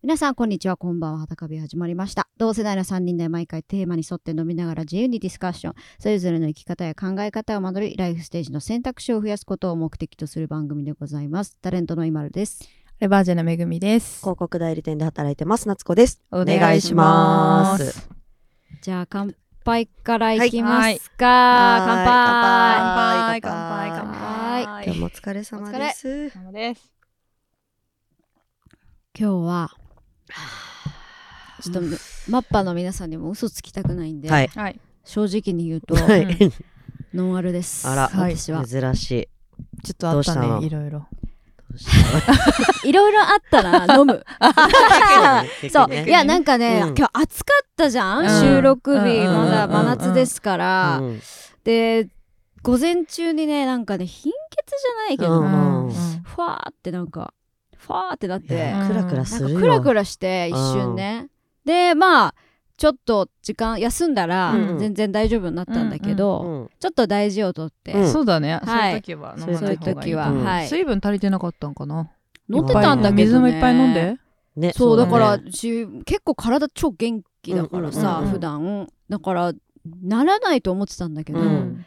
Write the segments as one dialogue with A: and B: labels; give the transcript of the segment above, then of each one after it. A: 皆さん、こんにちは。こんばんは。裸部始まりました。同世代の3人で毎回テーマに沿って飲みながら自由にディスカッション。それぞれの生き方や考え方を学び、ライフステージの選択肢を増やすことを目的とする番組でございます。タレントの今るです。
B: レバージェのめぐみです。
C: 広告代理店で働いてます夏子です
B: お。
C: 願いします
A: じゃあ、乾杯からいきますか。
C: は
B: 乾杯、乾杯、乾杯。
A: は
C: 今日もお疲れ様です
B: 乾杯です。
A: 乾杯。今日 は、ちょっとマッパの皆さんにも嘘つきたくないんで、
C: はい
B: はい。
A: 正直に言うと、
C: はい、
A: ノンアルです。
C: あら
A: 私は。
C: 珍しい
B: ちょっとあっ
C: どうした
B: た
C: の
B: ね、いろいろ。
C: どうした
A: いろいろあったな、飲 む。そ
C: 逆に
A: う、
C: ね
A: いやなんかね、
C: うん
A: 今日暑かったじゃん、
B: うん
A: 収録日、
B: うん
A: まだ
B: うん
A: 真夏ですから、
C: うん
A: で午前中にねなんかね貧血じゃないけど、
C: うん
B: うん
A: ふわーってなんかふわーってなっ
C: い
A: て、
C: やクラクラ
A: な
C: す
A: んか
C: るよ
A: クラクラして一瞬ね、でまあちょっと時間休んだら、
C: うん
A: 全然大丈夫になったんだけど、
C: うん
A: ちょっと大事をとって、
C: うん
B: そうだね。そう
A: はい
B: いう時は飲ま
A: そう
B: ないいう方がいい
A: 時
B: と
A: は、
C: うん
A: はい
B: 水分足りてなかったんかな。
A: 飲んでたんだけど、ね、
B: 水もいっぱい飲んで。
C: ね
A: そうだ
C: ね
A: からし結構体超元気だからさ、
B: うんうんうん
A: 普段だからならないと思ってたんだけど、
C: うん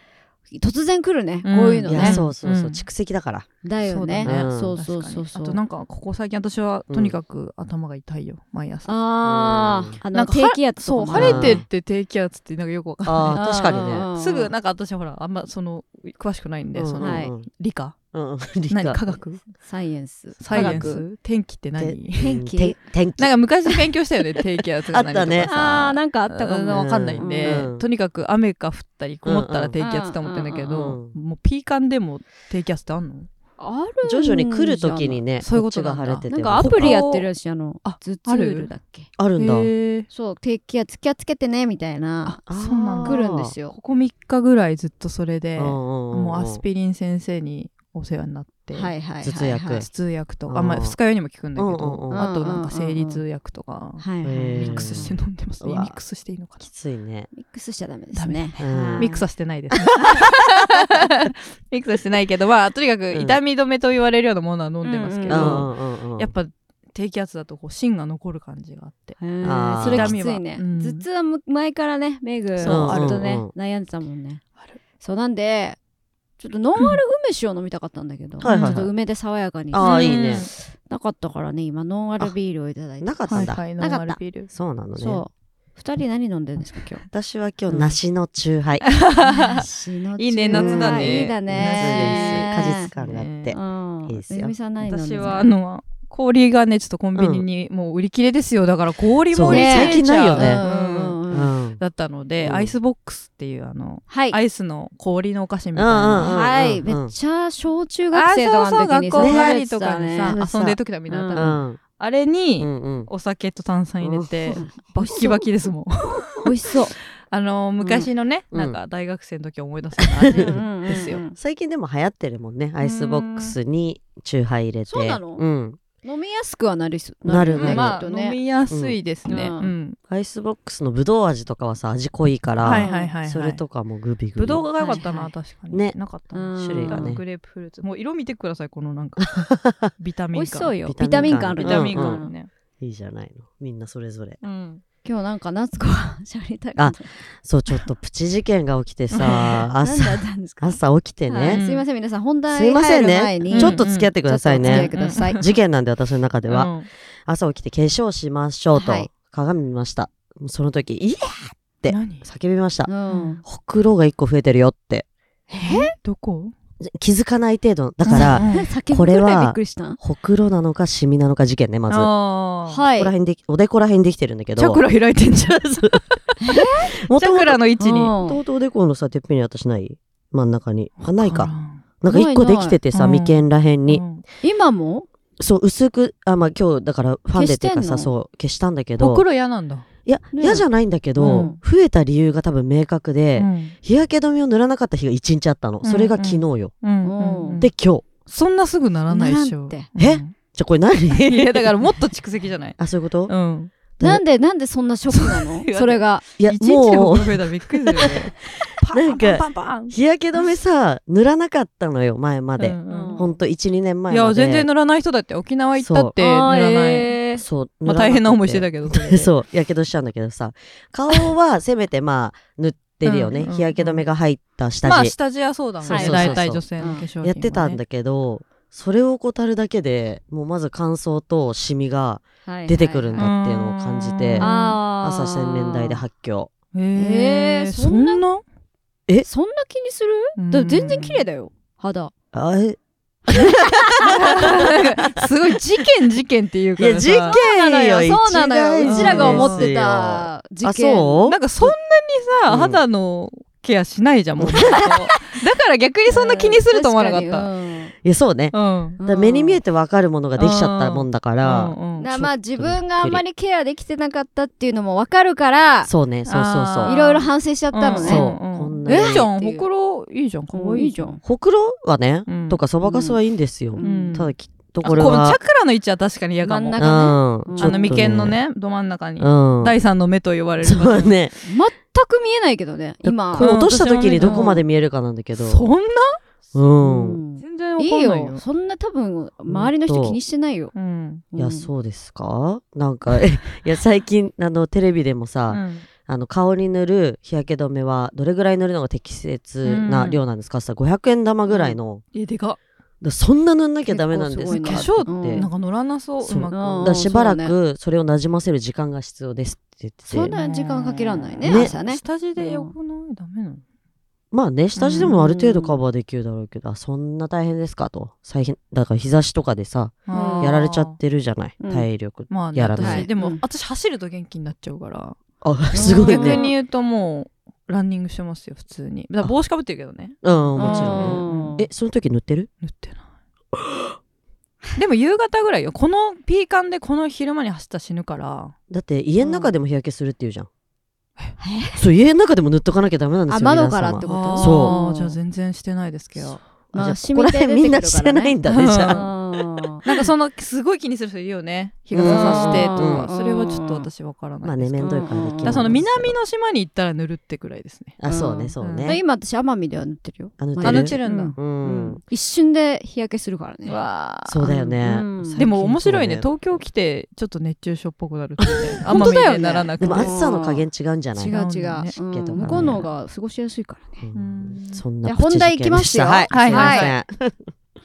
A: 突然来るね、
B: うん
A: こういう
C: い
A: の
C: や
A: ね
C: そうそうそう、
B: うん
C: 蓄積だから
A: だよね
C: そうだね
A: そうそうそう
B: 確か
A: そ
B: に
A: う
B: あとなんか、ここ最近私はとにかく頭が痛いよ、毎朝。
A: あー、
C: うん
A: あ
B: な
A: の
B: んか
A: 低気圧
B: そ
A: と
B: う、
A: かも
B: 晴
A: ね
B: れてって低気圧ってなんかよくわかんない。
C: あー確かにね
A: あー
B: すぐなんか私ほらあんまその詳しくないんで、その、
A: うんはい
B: 理科
C: うんうん理科
B: 何科学
A: サイエンス
B: サイエン
A: 科学
B: ス天気って何
A: 天気
C: て天気
B: なんか昔勉強した よね低気圧が何とかさ
C: あったね
A: あーなんかあったか
B: うん
A: も、
B: わかんないんで、
C: うん
B: とにかく雨か降ったり曇ったら低気圧って思ってんだけど、
C: うんうん
B: もうピーカンでも低気圧ってあんの
A: あるんじゃ
C: 徐
A: ない
C: 々に来る時にね
B: そういうこと
C: こっちが晴れてて
A: な
C: も
A: んかアプリやってるしあの
B: あ
A: ズツ
B: あ
A: ール
B: る
A: だっけ
C: あるんだ
B: へー
A: そう低気圧気圧つけてねみたいな
B: あそうなん
A: 来
B: だ
A: るんですよ
B: ここ3日ぐらいずっとそれで、も
C: も
B: うアスピリン先生にお世話になって、
A: はいはいはい
C: 頭痛薬
A: はい
B: 頭痛薬と
C: あ
B: か、
C: ー
B: まあ、二日酔いにも効くんだけど、
C: うんうんうん
B: あとなんか生理痛薬とか、
A: はいはい、
C: へー
B: ミックスして飲んでますね
C: うわ
B: ミックスしていいのかな
C: きついね
A: ミックスしちゃダメですね。
C: ダメだねうん
B: ミックスはしてないです、ね。 ミックスはしてないけど、まあ、とにかく
C: うん
B: 痛み止めと言われるようなものは飲んでますけ
C: う
B: ど、
C: んうんうんうん
B: やっぱ低気圧だとこう芯が残る感じがあって。
A: へー
C: あー
A: それきついね
B: 痛みはうん。
A: 頭痛はむ前からね、メグ、ずっ
B: そうある
A: と
C: う
A: ね
C: んうん、
A: 悩んでたもんね
B: ある。
A: そうなんで、ちょっとノンアル梅酒を飲みたかったんだけど、ちょ
C: はい
B: はいはい
A: っと梅で爽やかに
C: あー
B: うん
C: いいね
A: なかったからね、今ノンアルビールをいただいて。
C: なかった
B: は
C: ん
B: い
C: だ、
B: はい、ノ
A: なかった
B: ンアルビール。
C: そうなのね
A: そう。二人何飲んでるんですか、今
C: 私は今日梨の酎ハイ、
A: 日梨のチューハイ。
B: いいね夏だね
A: いいだ ね。
C: 夏です果実感があって、
A: うん。
C: いいですよ
A: めぐみさん何飲んでるん
B: 私
A: です
B: は
A: か
B: あの氷がねちょっとコンビニにもう売り切れですよだから氷も売り切れちゃう
C: そうね最近ないよね
A: うんうんう
C: う
A: んんうん
B: だったので、
C: うん
B: アイスボックスっていうあの
A: はい
B: ア。イスの氷のお菓子みたい
C: うん
B: な、
C: うん
A: はい、
C: ん
A: めっちゃ小中学生とかの時に
B: あそうそう学校
A: さ
B: 帰りとか
A: や
B: にさ
A: って
C: ね
B: 遊んでる時だみんな、
A: うん
B: 多
C: う
B: 分
C: ん
B: あれに、
C: うんうん
B: お酒と炭酸入れて、
A: うん
B: バッキバキですもん
A: たね美味しそう。
B: あの昔のね、
C: うん
B: なんか大学生の時思い出すような味
A: うんうんうんうん
B: ですよ
C: 最近でも流行ってるもんねアイスボックスに酎ハイ入れて
A: そうなの
C: うん
A: 飲みやすくはなるす
C: なる
A: よ
C: ね
A: ね、
B: ま
A: き
B: あ、
A: っと
B: 飲
A: ね。
B: みやすいですね、
A: うん
B: うん
C: アイスボックスのぶどう味とかはさ味濃いから、
B: はいはいはい、はい、
C: それとかもグビグビ
B: ぶどうが良かったな、
A: はいはい
B: 確かに
C: ね
B: なかった
A: うん
B: な
C: 種類がね
B: グレープフルーツもう色見てくださいこのなんかビタミ
A: 美
B: ン
A: 味しそうよ。ビ
C: ビ
A: タ
C: タ
A: ミ
C: ミ
A: ン
C: ン
A: 感あ
C: 感
A: る
B: ビ
A: ね。
B: タミンがあ
A: う
B: る
A: ん
B: ね、
C: いいじゃないのみんなそれぞれ
B: うん
A: 今日なんか夏子はしゃりたか った。
C: そうちょっとプチ事件が起きて さ
A: 何だ
C: 朝
A: ったんです か。
C: 朝起きて
A: はい
C: ね、
A: すいません皆さん本題
C: すいません
A: 入る前に
C: ねちょっと付き合ってください
A: ちょっとお付
C: ね
A: き合いください。
C: 事件なんで私の中では、
B: うん
C: 朝起きて化粧しましょうと、
A: はい
C: 鏡見ましたもうその時「いや!」って
B: 何
C: 叫びました、
A: うん。
C: ほくろが一個増えてるよって
B: どこ
C: 気づかない程度だから、
B: うんうん
A: 先
C: これは
A: びっくりした。
C: ほくろなのかシミなのか事件ねまず、
B: あー
A: は
C: ここら
A: い。
C: 辺できおでこら辺できてるんだけど
B: チャクラ開いてんじゃん
C: も
B: チ
C: と
B: ャ
C: も
B: ク
C: と
B: ラの位置に
A: うん
C: もとおでこのさてっぺんに私ない真ん中にあないか
A: ら
C: なんんか一個できててさ
B: ないない
C: 眉間ら辺に、
B: うん
A: 今も
C: そう薄くあまあ今日だからファンデってい
A: 消して
C: うか
A: んの
C: さそう消したんだけ
B: ほ
C: ど
B: くろ嫌なんだ
C: いや
A: ね
C: 嫌、じゃないんだけど、
B: うん
C: 増えた理由が多分明確で、
B: うん
C: 日焼け止めを塗らなかった日が1日あったのそれが昨日よ、
A: う
B: うん
A: ん
B: うん
C: で今日
B: そんなすぐならないでし
A: な
B: ょ
A: らん
C: てえじゃあこれ 何
B: うんいやだからもっと蓄積じゃない
C: あそういうこと、
B: うん
A: なんでなんでそんなショックなの？それが
C: いや
B: 一日でほく
C: もう
B: ろ増えたらびっくりするよねパンパンパンパンパン
C: 日焼け止めさ、塗らなかったのよ、前まで。
B: うん
C: ほんと、1、2年
B: う
C: 前
B: んい
C: まで。
B: や全然塗らない人だって沖縄行ったって塗らない、
A: えー
C: そう、
B: まあ
C: 塗らくて
B: 大変な思いしてたけどそれで
C: そう、やけどしちゃうんだけどさ、顔はせめてまあ、塗ってるよね。
B: うんうん
C: 日焼け止めが入った下地。
B: まあ下地はそうだもん
C: そう
A: そう
B: ね
A: そう
B: 大体女性の化粧品はね
C: やってたんだけど、それを怠るだけで、もうまず乾燥とシミが出てくるん
B: はい
C: だっていうのを感じて、
B: うん
A: あー
C: 朝洗面台で発狂。
B: へ
A: えー
B: え
A: そ
B: そ
A: ん
B: ん
A: な
B: な
A: そんな気にする
B: うん
A: だって全然綺麗だよ肌
C: あえ
B: なん かすごい事件事件っていう
C: い
B: から
C: や、
B: さ
C: 事件よ、
A: そうなの
C: 一大事です
A: よ
C: よ
A: うちらが思ってた事件
C: あ、そう
B: なんかそんなにさ、
C: うん
B: 肌のケアし ないじゃんもうだから逆にそんな気にすると思わなかった
C: いや、そうね。
B: うん
C: だから目に見え
A: た
C: てわかるものができちゃったもんだから、
B: うんうん
A: だからまあ自分があんまりケアできてなかったっていうのもわかるから
C: そうね、そうそう
B: あ
C: そ
B: ー
C: う。
A: いろいろ反省しちゃったの
C: そ
A: ね
C: うこんな
B: え
C: に
B: いいじゃんほくろいいじゃんかわいいじゃん、
A: ん
C: ほくろはね、
B: うん
C: とかそばかすはいいんですよ。
B: ん
C: ただきっと
B: あ
C: これ
B: のチ
C: は
B: ャ、クラの位置は確かに嫌かも
A: 真ん中
C: うん、
A: ね
C: ちょ
B: あ
C: っと
B: の眉間の、ねど真ん中に、
C: うん。
B: 第三の目と言われる場
C: そ
B: 所
C: うね。
A: 全く見えないけどね今
C: こう
B: うん
C: 落とした時
B: 私
C: に
B: もね
C: どこまで見えるかなんだけど。
B: そんな
C: うん。
B: 全然わか
A: い
B: んないいよ
A: よそんな多分周りの人気にしてないよ
B: うん
C: いや、そうですかなんか、 えいや、最近、あの、テレビでもさ、
B: うん
C: あの、顔に塗る日焼け止めは、どれぐらい塗るのが適切な量なんですかさ、500円玉ぐらいの、
B: えでかっ
C: だそんな塗んなきゃダメなんです
A: 結
C: か
A: 構すごい
B: 化
A: な
B: 粧っ
C: う
B: て
C: ん
B: なんか乗らなそう
C: そう
B: うまく
A: うん
C: だからしばらくそれをなじませる時間が必要ですって言
A: そ
C: っ
A: ん
C: てて
A: な時間かけらんないね
C: ね
A: 朝ね
B: 下地でよくないダメなの
C: まあね下地でもある程度カバーできるだろうけどあそんな大変ですかと最変だから日差しとかでさ
A: うん
B: あー
C: やられちゃってるじゃない
A: うん
C: 体力
B: まあね
C: やらない
B: 私で
A: う
B: も、
A: ん
B: 私走ると元気になっちゃうから
C: あすごい
B: 逆
C: ね
B: に言うともうランニングしてますよ普通にだから帽子かぶってるけどね
C: うん
A: うん
C: もちろんねえその時塗ってる
B: 塗ってない でも夕方ぐらいよこのピーカンでこの昼間に走ったら死ぬから
C: だって家の中でも日焼けするって言うじゃんそう家の中でも塗っとかなきゃダメなんですよ
A: あ窓
C: 皆様
A: からってこと
B: あー
A: そう
B: じゃあ全然してないですけど
A: まあ
C: あじゃあここら辺みんなしてないんだね
B: 染み
C: じ
B: 出てくるからね
C: ゃあ
A: あ
B: なんかそのすごい気にする人いるよね日傘さしてとか
A: うん
B: それはちょっと私わからない
C: まあね
B: ですけ
C: 面
B: ど
C: 倒いからでき
B: だから
C: ない
B: その南の島に行ったら塗るってくらいですね
C: あそうねそう
A: ー
C: ね
A: 今私奄美では塗ってるよ
C: あ塗って
B: あ
C: る
B: 塗ってるんだ、
A: うん
C: う
A: うんん一瞬で日焼けするからね
B: わー
C: そうだよね
A: うん。
C: 最近
B: でも面白いね
C: そう
B: 東京来てちょっと熱中症っぽくなるってね
A: 本当だよね
B: 奄美でならなく
C: で
B: て
C: も
A: あ
C: 暑さの加減違うんじゃない
A: 違う違
B: な
A: うん
B: だね
A: う
C: けど
A: ん向こうの方が過ごしやすいからね
C: うん
B: うん
C: そんな
A: じゃあ本題いきますよ
C: はい。
B: はい
C: はい。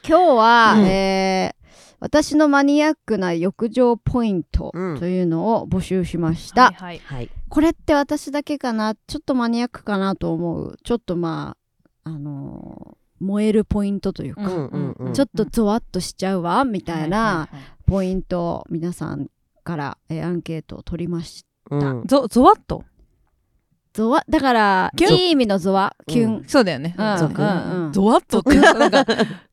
A: 今日は、
C: うん
A: えー私のマニアックな浴場ポイント
C: うん
A: というのを募集しました、
B: はいはい
C: はい。
A: これって私だけかなちょっとマニアックかなと思うちょっとまああのー燃えるポイントというか、
C: うんうんうん
A: ちょっとゾワッとしちゃうわみたいな
B: はいはいはい
A: ポイントを皆さんから、えーアンケートを取りました
C: うん
B: ゾゾワッと
A: ゾワだからい
B: キュン
A: い意味のゾワキュン、
C: う
B: そうだよね
A: うん
C: ゾク
A: うんうん
B: ゾワッとってなんか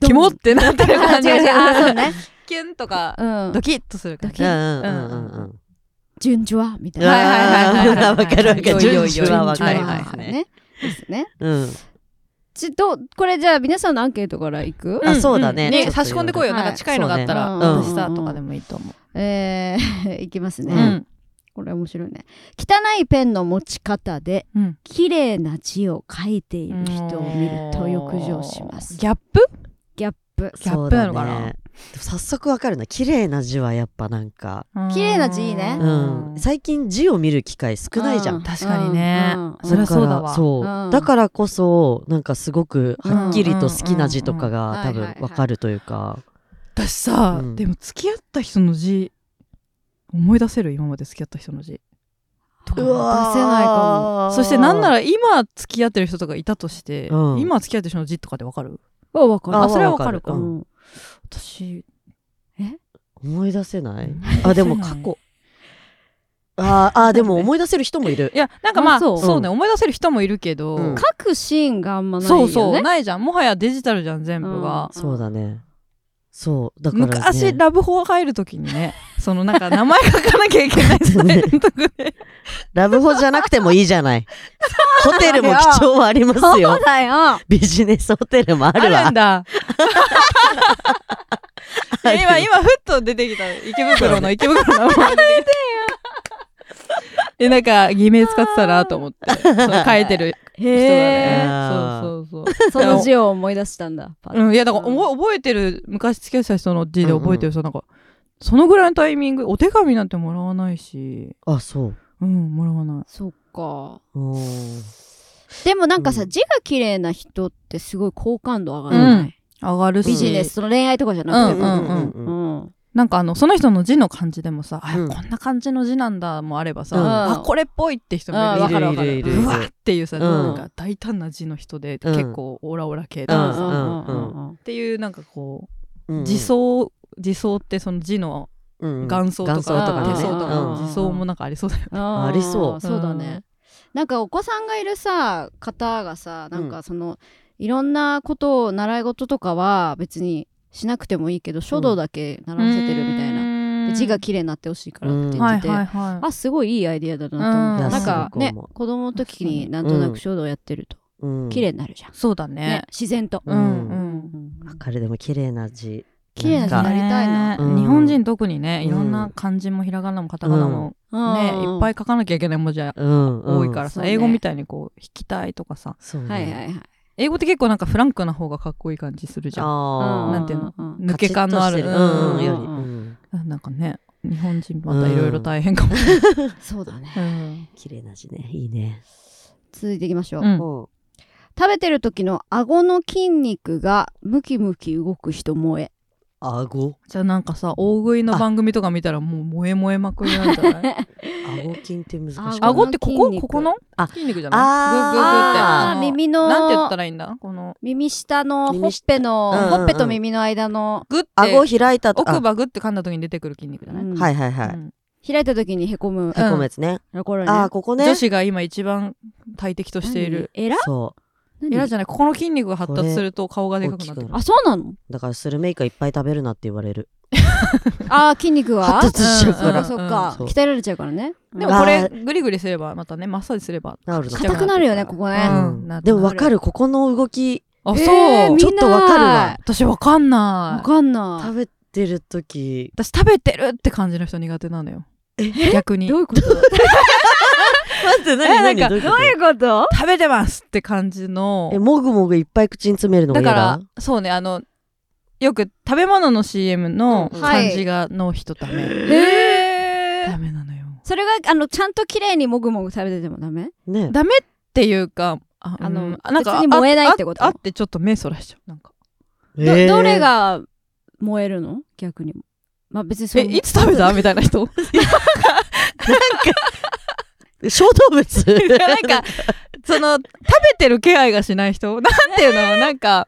B: キモってなってる
A: あ
B: 感じ
A: 違う違うあそうね、
B: キュンとか
A: うん
B: ド、キッとする感じ
C: う
A: うん
C: う
B: う
C: ん
B: んうん
C: う
B: ん
C: う
B: うん
C: ん
A: 順序はみたい
C: うん。
A: な
B: はいはいはいはい
C: わかるわ
B: よ
C: かる。
B: いよ
C: 順
B: い
C: 序はわ
B: よ
C: か
B: い
C: る
B: よ。
A: はいはいね。ですね。
C: うん。
A: ちどうこれじゃあ皆さんのアンケートからいく、
B: うん
C: あ、そうだね。
B: ね差し込んでこいよ
A: は
B: ないんか近いのがあったら
A: そうねうん
B: 私さとかでもいいと思
A: えー、 いきます
B: う
A: ね、
B: う
C: うん
B: ん
A: これ面白いね。汚いペンの持ち方で
B: うん
A: 綺麗な字を書いている人を見ると浴場します。
B: ギャップ
A: ギャップ。
B: ギャップなのかな
C: そうだねでも早速わかるな。綺麗な字はやっぱなんか。
A: 綺麗な字いいね
C: う
B: うん
C: ん。最近字を見る機会少ないじゃ。
A: うん
B: 確かにね
A: うん
B: そりゃそうだわ
C: そう
A: うん
C: だからこそ、なんかすごくはっきりと好きな字とかが多
A: うんうんうん
C: 分わかるというか。
B: 私さ、
C: うん
B: でも付き合った人の字思い出せる今まで付き合った人の字とか
A: うわ出せないか
B: そしてなんな
C: ら、
B: ら今付き合ってる人とかいたとして、
C: うん
B: 今付き合ってる人の字とかでわかる
A: はわかる。
C: あ
B: あそれはわかる
C: わか
B: か
C: る
A: うん
B: 私
C: 思い出せない
B: 思い出せない
C: あ、でも過去。あーあー、でも思い出せる人もいる
B: い。やなんかまあ
A: あそ
B: そううね、思い出せる人もいるけど、
C: うん
A: 書くシーンがあんまないよ
B: そ
A: ね。
B: うそうないじゃんもはやデジタルじゃん全部が、
C: そうだね。そう。だから、ね、
B: 昔、ラブホ入るときにねそのなんか名前書かなきゃいけないスタイルのとこで
C: ラブホじゃなくてもいいじゃない。ホテルも貴重はありますよ
A: そう。だよ。
C: ビジネスホテ ルもあ
B: あ
C: るわ。
B: るんだ
C: ある
B: 今、今、ふっと出てきた。池袋の、池袋の名前で。 え、なんか、偽名使ってたなと思って。その書いてる人だ
A: へ え
B: ね
C: えー
B: そうそうそう
A: その字を思い出したんだパッ
B: うん、いやだから覚え覚えてる昔付き合ってた人の字で覚えてるさ、なんかそのぐらいのタイミングお手紙なんてもらわないし
C: あ、そう。
B: うんもらわない
A: そっか
C: うーん
A: でもなんかさ、
C: うん
A: 字が綺麗な人ってすごい好感度上がらない、
B: 上がるし
A: ビジネスその恋愛とかじゃなくても
B: うんうん
A: うん、うん
B: なんかあのその人の字の感じでもさ、あ
C: うん
B: こんな感じの字なんだもあればさ、
C: うん
B: あこれっぽいって人もいる
A: うんわかるわか
C: い
A: る
C: るいるいる
B: うわっていうさ、
C: うん
B: なんか大胆な字の人で、
C: うん
B: 結構オラオラ系で、
C: う
A: うん
C: ん
B: っ
A: うんうんうん
B: ていうなんかこ
C: う
B: う、
C: んうん
B: 自走自走ってその字の
C: うんうん
B: 元祖とか
C: 元祖とかね
B: 手相と
C: うん
B: か
A: うん
B: 自走もなんかありそうだよね、
A: あー
C: ありそう
A: そうだね、なんかお子さんがいるさ方がさなんかその、いろんなことを習い事とかは別にしなくてもいいけど書道だけ習わせてるみたいな、
B: な
A: で字が綺麗になってほしいからって言
B: は
A: っ
B: い
A: てて、
B: はいは い
A: あすごいいいアイディアだなと思
B: う
A: っ
B: ん
A: て、
B: いや
A: なんかね
C: すごく思
A: 子供の時になんとなく書道やってると
C: うん
A: 綺麗になるじゃん、
B: そうだね
A: ね自然と、
B: う
C: うんん
B: う
A: うん
B: ん
A: うん
C: 彼でも綺麗な字。
A: 綺麗な字
C: んか
A: やりたいな、
B: ね
C: うん
B: 日本人特にね
C: ん
B: いろんな漢字もひらがなもカタカナもね、いっぱ
A: い
B: い書かなきゃいけない文字が
C: うん。うん
B: 多いからさ、
A: そうね
B: 英語みたいにこう引きたいとかさ
C: そうね。
A: はいはいはい
B: 英語って結構なんかフランクな方がかっこいい感じするじゃん
C: ああ。
B: なんていうの
A: ん
B: 抜け感のある
C: カチッとしてうんうん
A: うん
C: よりうん
B: なんかね日本人またいろいろ大変かも、
A: そうだね
B: うん
C: 綺麗な字ね。いいね。
A: 続いていきましょう、
B: うん
C: うん
A: 食べてる時の顎の筋肉がムキムキ動く人萌え
C: 顎
B: じゃあなんかさ大食いの番組とか見たらもう萌え萌えまくりなんじゃない
C: 顎筋って難しくない
A: 顎
B: 顎ってここ
A: 筋肉
B: ここの
C: あ
B: 筋肉じゃ
C: あ
B: な
A: あー
B: いグーグーグーって
A: 耳の
B: なんて言ったらいいんだこの
A: 耳下のほっ
C: 耳下
A: ぺの、
C: うんうんうん
A: ほっぺと耳の間の、
B: グッて
C: 顎開いたと
B: 奥
C: あ
B: 歯グッて噛んだ時に出てくる筋肉じゃない、
A: うん
C: はいはいは
B: う
C: い。
B: ん
A: 開いた時にへこむ
B: うん
C: へこむやつね。
A: これね
C: ああ、ここね。
B: 女子が今一番大敵としている
A: えら
C: そ
B: エラじゃないここの筋肉が発達すると顔がでかくなってく
C: こ
B: る
C: れ
A: あそうなの
C: う。だからスルメイカいっぱい食べるなって言われる。
A: あー筋肉が
C: 発達しちゃう
A: そ
C: か。
A: っからそっ
B: うん
A: か、
C: そう
A: 鍛えられちゃうからね
B: で
A: で
B: も
A: も
B: これグリグリすればまたねマッサージすれば
C: なるの
B: ちっちゃ
A: 硬くなるよねここね
B: うんな
C: でもわかる、ここの動き、
B: あそう、
A: えー
C: ちょっとわかるわ。
B: 私わかん
A: わ
B: ない
A: かんな
C: 食べてるとき、
B: 私食べてるって感じの人苦手なのよ逆
A: い
B: に
A: どういうことどう
C: 待って、
B: 何
C: どういうこ
A: いうこと
B: 食べてますって感じの
C: とえ、もぐもぐいっぱい口に詰めるのが
B: だ
C: 嫌
B: か
C: だ
B: らそうねあのよく食べ物の CM の
C: うん
A: はい
B: 感じがの人ダメ、
A: へえ
B: ダメなのよ
A: それがあのちゃんと綺麗にもぐもぐ食べててもダメ
C: ね。
B: ダメっていうかあ
A: あの
B: うんなんか
A: 別に燃えないってこと
B: あああってちょっと目そらしちゃうなんか
C: え
A: ど
C: ー
A: どれが燃えるの逆にまあ別にそ
B: え
A: れも
B: いつ食べたみたい な人
C: 小 動物
B: なんかその食べてる気配がしない人 なんていうの、なんか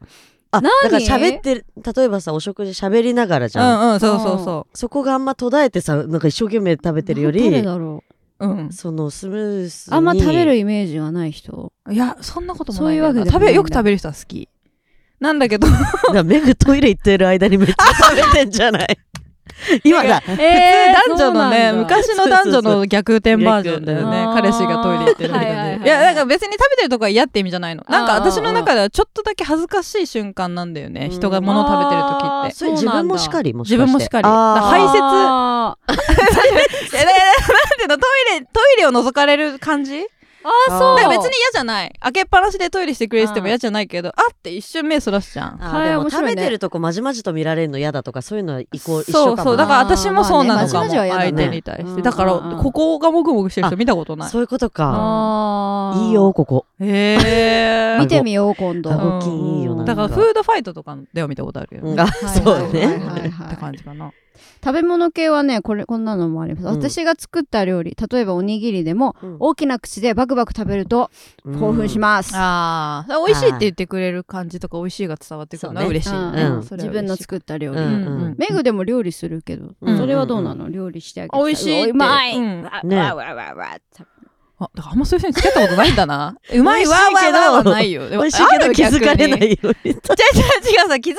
C: あ、だ
A: 何
C: から喋ってる、例えばさ、お食事喋りながらじ
B: う
C: ゃん。
B: んうんそうそうそ
C: そこがあんま途絶えてさ、なんか一生懸命食べてるよ
A: 誰
C: り、
A: だろ
B: ううん
C: そのスムース
A: う
C: に。
A: あんま食べるイメージがない人
B: いやそんなことも
A: そう
B: ないいう
A: わけでも
B: 食
A: ない
B: べ
A: んだ
B: よく食べる人は好きなんだけど
C: だからメグトイレ行ってる間にめっちゃ食べてんじゃない 今だ。
A: え
B: 男女のね昔の男女の逆転バージョンだよ
A: そう
B: ね
A: そう
B: 彼氏がトイレ行ってる間
A: あーはい
B: で、い
A: はいはい
B: やなんか別に食べてるとこは嫌って意味じゃないのなんか
A: あー
B: 私の中ではちょっとだけ恥ずかしい瞬間なんだよね、
C: うん
B: 人が物を食べてる時って
C: それ自分もしか
A: り
C: りもし
B: 自分もしかりだから
C: あー
B: 排泄
A: あー
B: いやだからなんていうのトイレトイレを覗かれる感じ
A: あーそう
B: だから別に嫌じゃない開けっぱなしでトイレしてくれしても嫌じゃないけどあって一瞬目そらすじゃん
C: あ
A: は
C: ー
A: い
C: で
A: 面
C: も食
A: 白いね
C: べてるとこまじまじと見られるの嫌だとかそういうのは一
B: そ
C: 個
B: う
C: 一緒かも
B: そうだから
A: あー
B: 私もそうなのか
C: まあ
B: も、
C: ねまじまじは
B: 相
C: 嫌だね
B: 手に対して、
A: うん
B: だからここがもぐもぐしてる人見たことない
C: そういうことか
A: あー
C: いいよここ
B: へ え
A: 見てみよう今度
B: うん
C: 動きいいよな
B: だからフードファイトとかでは見たことあるけど、
C: うんあ
A: はい
C: そう
A: はい
C: ね
A: はいはい
B: って感じかな
A: 食べ物系はねこれこんなのもあります、
C: うん
A: 私が作った料理例えばおにぎりでも大きな口でバクバク食べると興奮し
C: ま
A: ます、
B: ああ美味しいって言ってくれる感じとか美味しいが伝わってくるのは
C: そうね
B: 嬉しい、
A: うん
C: うん
B: それ
A: 自
B: は嬉しい
A: 分の作った料理、
C: う
B: うんんう
C: う
B: ん
C: ん
A: メグでも料理するけど、
C: うん
A: それはどうなの料理してあげてさ
B: 美味しいって
A: うまい、
B: うん
A: わ
C: ね
A: わわわわ
B: あだからあんまそういう人に付き合ったことないんだなうまいわ
C: 美味しいけど
B: わわわはないよで
C: 美
B: も
C: 味しいけ
B: あ
C: ど
B: る
C: 気づかれ
B: 逆に
C: ないように
B: 違う違う違うさ気づかれないように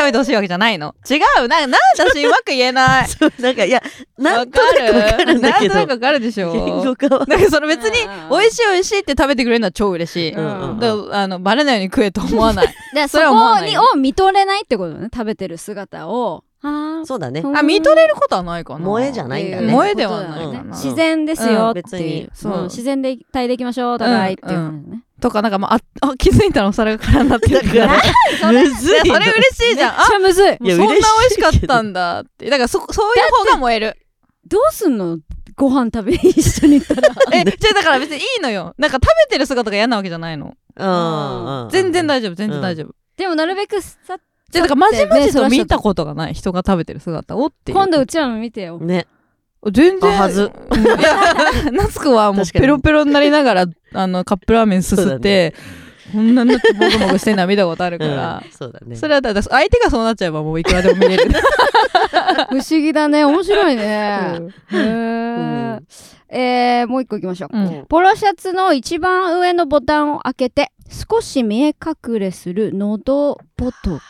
B: 食べてほしいわけじゃないの違うななんだ私うまく言えない
C: そうなんかいやなんとなくわかるんだけど
B: なんとなくわかるでし
C: 言
B: ょ
C: 語化は
B: なんかその別に
A: うん
B: 美味しい美味しいって食べてくれるのは超嬉しい、
A: うんうん
B: だからあのバレないように食えと思わない
A: で
B: そ
A: そ
B: れは思わ
A: こ
B: ない
A: にを見とれないってことね食べてる姿をあー
C: そうだね
A: うん
B: あ見とれることはないかな
C: 萌えじゃないんだね
B: 萌えではない
A: ってうこ
B: かな
A: とだよね自然ですよって
C: うん別
A: いう
C: に、
A: そう
B: うん
A: 自然で一体でいきましょうお互いっていう感じね、
B: っとかなんかもうああ気づいたらお皿が空になってる
C: だから
B: それそれ嬉しいじゃんあ
A: ゃむずい
B: もう
C: いや
B: そんな美味しか
C: 嬉しいけ
B: っ
C: ど
B: たんだってだからそそういう方が燃える
A: どうすんのご飯食べに一緒に行ったら
B: えじゃあだから別にいいのよなんか食べてる姿が嫌なわけじゃないの
C: うんうん
B: 全然大丈夫全然大丈夫、
A: でもなるべくさ
B: じゃあだからまじま
A: 目
B: じ
A: そ
B: と
A: らしちゃ
B: 見
A: った
B: たことがない人が食べてる姿をっていう
A: 今度うちらも見てよ
C: ね
B: 全然
C: あはず
B: うんいや夏子はもう
C: 確かに
B: ペロペロになりながらあのカップラーメンす
C: そう
B: す
C: だ
B: って、
C: ね
B: こんなになってもぐもぐしてんのは見たことあるか
C: う
B: ら、
C: んそうだね
B: それはだだ相手がそうなっちゃえばもういくらでも見れる、
A: 不思議だね面白い
B: う
A: ね
B: ん
A: へーえーもう一個いきましょう
B: うん
A: ポロシャツの一番上のボタンを開けて少し見え隠れする喉仏
B: はい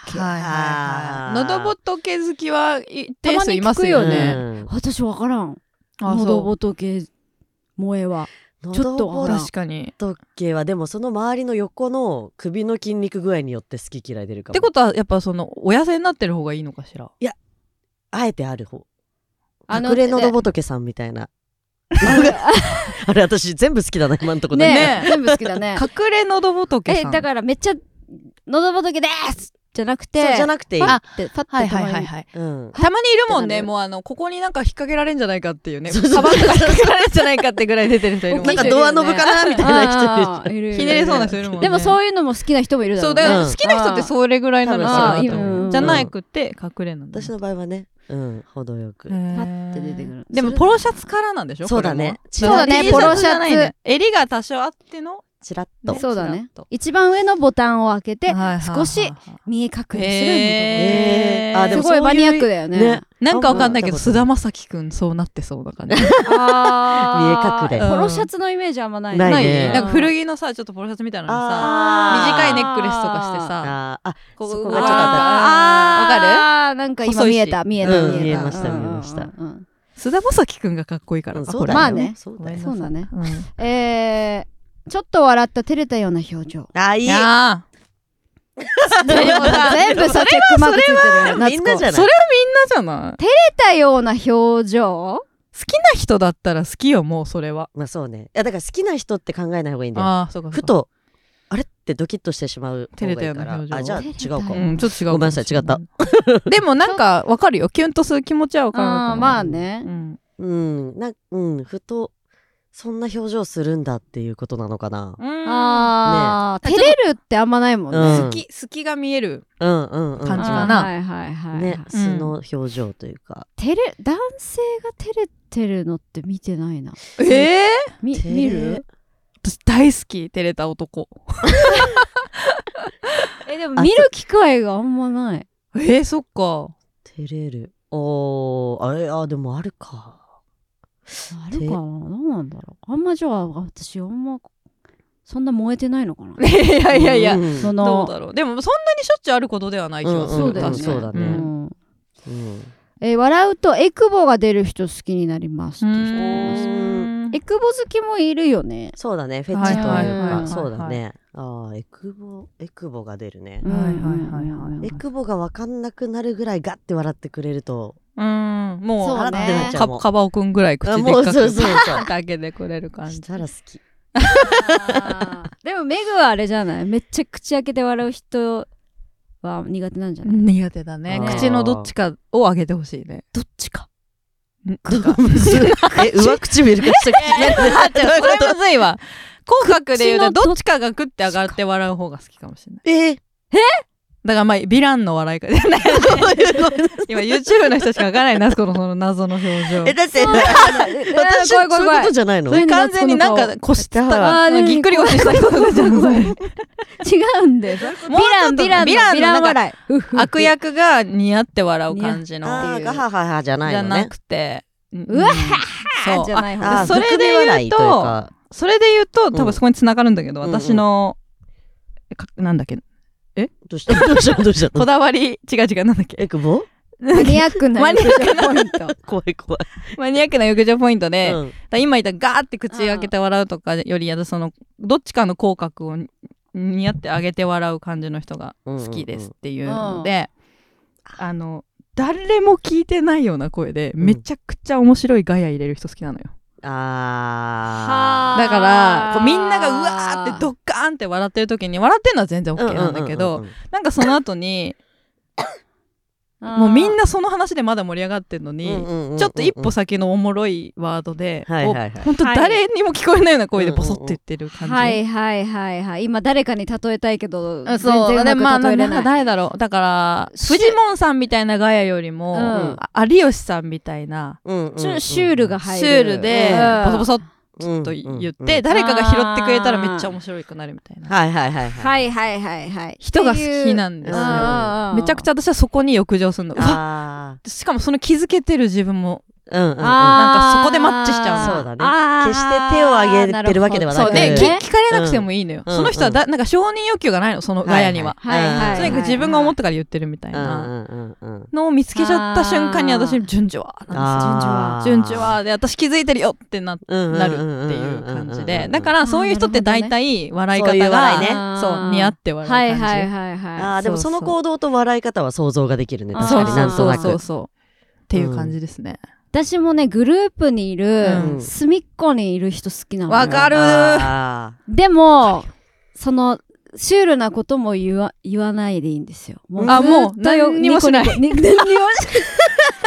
C: あー
B: 喉仏好きはい一定数います
A: た
B: よ
A: まに聞く
B: ね。
C: うん
A: 私わからん
B: あそう
A: 喉仏萌えはちょっとわからん
B: 確かに。
C: 喉仏はでもその周りの横の首の筋肉具合によって好き嫌い出るか
B: っ
C: も
B: てことはやっぱそのお痩せになってる方がいいのかしら。
C: あえてある方
A: あの
C: 隠れ喉仏さんみたいなあれ私全部好きだな今んとこ
A: ね
B: ね
A: 全部好きだ ね
B: 隠れ喉仏
A: え
B: さん。
A: だからめっちゃ喉仏ですじゃなくて
C: そうじゃなくていい
A: パッてパッて
B: はいはいはい
A: い
B: はい。
C: うん
B: たまにいるもん
C: ってな
B: ね。
C: る
B: もうあのここになんか引っ掛けられんじゃないかっていうね。
C: そうそうそう
B: カバンとか引っ掛けられんじゃないかってぐらい出てる人いるもん
C: な
B: ね。
C: んかドアノブかなみたいな人いる
A: いるいる
B: ひねれそうな人いるもんね。
A: でも
B: う
A: そういうのも好きな人もいるだろ
B: そう
A: うね
B: だ
C: よ
B: から
C: うん
B: 好きな人ってそれぐらいなの
C: 多
B: かなと
C: 分そうだと
A: 思う
B: 思うじゃなくて隠れなんだね。
C: 私の場合はねうん程よく
B: へー
A: パッて出てくる
B: でもポロシャツからなんでしょ
C: そうだね
B: これも
A: そうだね
B: T
A: ポロシャツ
B: じゃないね襟が多少あっての
C: チラッ
A: そ
C: と
A: うだね一番上のボタンを開けて少し見え隠れする
B: へ
C: ーあで
A: 喉仏
C: も
A: すご
C: そうい
A: いうマニアックだよね
C: ね
B: なんかわかんないけど
C: あんま
B: 菅
C: り
B: 田将暉くんそうなってそうな感じ
A: あー
C: 見え隠れ
A: ポロシャツのイメージあんまない
C: ないね
B: なんか古着のさちょっとポロシャツみたいなのにさ
C: あー
B: 短いネックレスとかしてさ
C: あーあ
B: こ
C: そこ
B: うわーわか
C: がちょっと
B: る
A: あーなんか今見えた見えた
C: うん
A: 見
C: 見
A: え
C: え
A: た
C: ました見えました
A: うんうんうん
B: 菅田将暉くんがかっこいいから
C: うん
B: か
C: そ
B: こ
C: うだ
B: れ
A: まあね
C: そう
B: ご
C: だ
B: めん
C: よ
B: なさ
A: そ
B: い
A: うだね
B: うん
A: えーちょっと笑った照れたような表 情
C: あーい
B: い
C: い
B: や
A: でもさ全部さチェックマークついてるよ
C: みんなじゃ
A: ゃ
C: ない
B: それはみんなじゃない好
A: たような表情
B: きな人だったら好きよもうそれは
C: まあそうねいやだから好きな人って考えない方がいいんだよ
B: ああそうかそうか
C: ふとあれってドキッとしてしまう方がいい
B: 照れ
C: か
B: たような
C: ら
B: 表情
C: あじゃあ違うか
B: う、ん、ちょっと違うかもしれい。
C: ごめんなさい違った
B: でもなんかわかるよ。キュンとする気持ちはわかるのか
A: あ
B: な。
A: ーまあね
B: うん。
C: うん、な、うん、ふと、そんな表情するんだっていうことなのかな。
A: あー、照れるってあんまないもんね。
C: うん
B: 好き、好きが見える。
C: うん、うん、うん。
B: 感じか
A: あ
B: な
A: ーはいはいはいはい。
C: ね、
B: うん
C: 素の表情というか。
A: 照れ、男性が照れてるのって見てないな。
B: ええ
A: み
C: 照れ
A: 見る
B: 私大好き、照れた男。
A: え、で
C: あ
A: も見る機会があんまない。
B: えー、そっか。
C: 照れる。おー、あれ、あ、でもあるか。
A: あるかなどうなんだろう。あんまじゃあ、私あんま、そんな燃えてないのかな
B: いやいやいや
C: う。ん
A: そ
B: どう
A: の、
B: だろう。でもそんなにしょっちゅうあることではない気がする。
A: うんうんうん
B: 確かに
A: そうだ
C: ね
B: ん
A: うん
C: うん
A: えー笑うとエクボが出る人好きになります
B: う
A: って人います。
B: ーん
A: エクボ好きもいるよね。
C: そうだね、フェチというか、
A: はいはいはいはい
C: そうだね。あーエクボ、エクボが出るね。
B: はいはいはい
A: うん
C: エクボがわかんなくなるぐらいガッて笑ってくれると、
B: うん。もう、
A: そう
C: あらってなっ
A: ね
C: ちゃ
B: か
C: うもん。
B: カバオくんぐらい口でっ
C: あも
B: か
C: う
B: く
C: そうそうそう
B: だけでくれる感
C: し
B: じ。
C: たら好き。
A: あーでもメグはあれじゃないめっちゃ口開けて笑う人は苦手なんじゃない
B: 苦手だね
C: あ。ー
B: 口のどっちかを上げてほしいね。
A: どっちか
B: んなんか
C: え、上唇 か下唇か
B: それむずいわ。口角で言う
A: 口の
B: と、どっちかがグッて上がって笑う方が好きかもしれない。
C: え
B: だからまあ、ヴィランの 笑い方。今、YouTube の人しかわからない、ナスコのその謎の表情
C: え、。だって、 私、
A: 怖
C: そうい
A: いう怖い怖い
C: ことじゃないの
A: そういう
B: 完全になん
A: ナ
B: か腰つった
A: あ
B: ら、
A: ー
B: ぎっくり腰した人とかじゃん。ヴ
A: 違うんだよヴィランヴィランヴィラン
B: 笑
A: 笑い
B: 悪役が似合って笑う感じの。
C: あ
B: じ
C: ーガハハハじゃない
B: ゃ
C: の
B: な
C: ね。
B: くて。ん
A: うわ
B: んそう
A: じゃない方
C: あー
B: それで言うと
C: 含み笑いいうか
B: それで言うと、多
C: うん
B: 分そこに繋がるんだけど、
C: うんうん
B: 私の、かなんだっけ、
C: どうした どうしたどうした
B: こだわり、違う違う、なんだ っけ。
C: え、くぼ
A: マニアックな
B: マニアック
A: ポイント
C: 怖い怖い。
B: マニアックな浴場ポイントで、
C: うん
B: だから今言ったガーって口開けて笑うとかよりやだそのどっちかの口角をに似合って上げて笑う感じの人が好きですっていうので、あの誰も聞いてないような声でめちゃくちゃ面白いガヤ入れる人好きなのよ。
C: あ
B: だからこうみんながうわーってドッカーンって笑ってる時に笑ってるのは全然
C: ー
B: OK なんだけど、
C: うんうんうんうん
B: なんかその後に
A: あー
B: もうみんなその話でまだ盛り上がってるのに、
C: うんうんうんうん
B: ちょっと一歩先のおもろいワードで、
C: はいはいはい
B: 本当
A: はい
B: 誰にも聞こえないような声でボソッと言ってる感じ。
A: はいはいはいはい今誰かに例えたいけど
B: うん
A: 全
B: そう
A: 然う
B: ねまあ
A: まく例えれ
B: な
A: なん
B: か
A: い
B: 誰だろうだから
A: し
B: フジモンさんみたいなガヤよりも、
A: うん
B: あ有吉さんみたいな
C: うんうん
A: ちょシュールが入
B: シ
A: る
B: ュールで
A: うん
B: ボソボソっ
C: うん
B: と言って、
C: うんうん
B: 誰かが拾ってくれたらめっちゃ面白くなるみたいな、
C: はいはいはいい
A: はいはいはいはい
B: 人が好きなんですよめちゃくち
A: ゃ
B: ゃ私はそこに浴場するのうわ
C: あ
B: しかもその気づけてる自分も
C: ーうんうんうん
B: なんかそこでマッチしちゃうの
C: そうだね決して手を挙げてるわけではな
B: そ
C: く
B: うで、
C: ね
B: き聞かれなくてもいいのよ、
C: うん
B: その人はだなんか承認欲求がないのそのガヤには、
A: はいはいはい
B: とにかく自分が思ったから言ってるみたいな
C: うんうんうんうん
B: のを見つけちゃった瞬間に
A: あー
B: 私「順序は」な
C: あ
B: んで
C: ー
B: すよ「順序は」で私気づいてるよってな
C: うんうんうん
B: なる
C: うんうんうん
B: っていう感じでだ
C: ら
B: からそういう人って大体笑い方
C: そういう
B: が
C: 笑いね
B: そう似合って笑う
A: は
B: 感
A: い
B: じ、
A: はいはいはい
C: あーでもその行動と笑い方は想像ができるね
A: あー
C: 確
B: そ
C: か
B: う
C: に
B: そう
C: な
B: ん
C: と
B: そう
C: な
B: そう
C: く
B: そうっていう感じですね
A: 私もねグループにいる、
B: うん
A: 隅っこにいる人好きなのよ
B: わかる
C: あ
A: でもそのシュールなことも言わ言わないでいいんですよも
B: あもう
A: ずっとよ
B: 何にもしない
A: ニコニコに 何にもし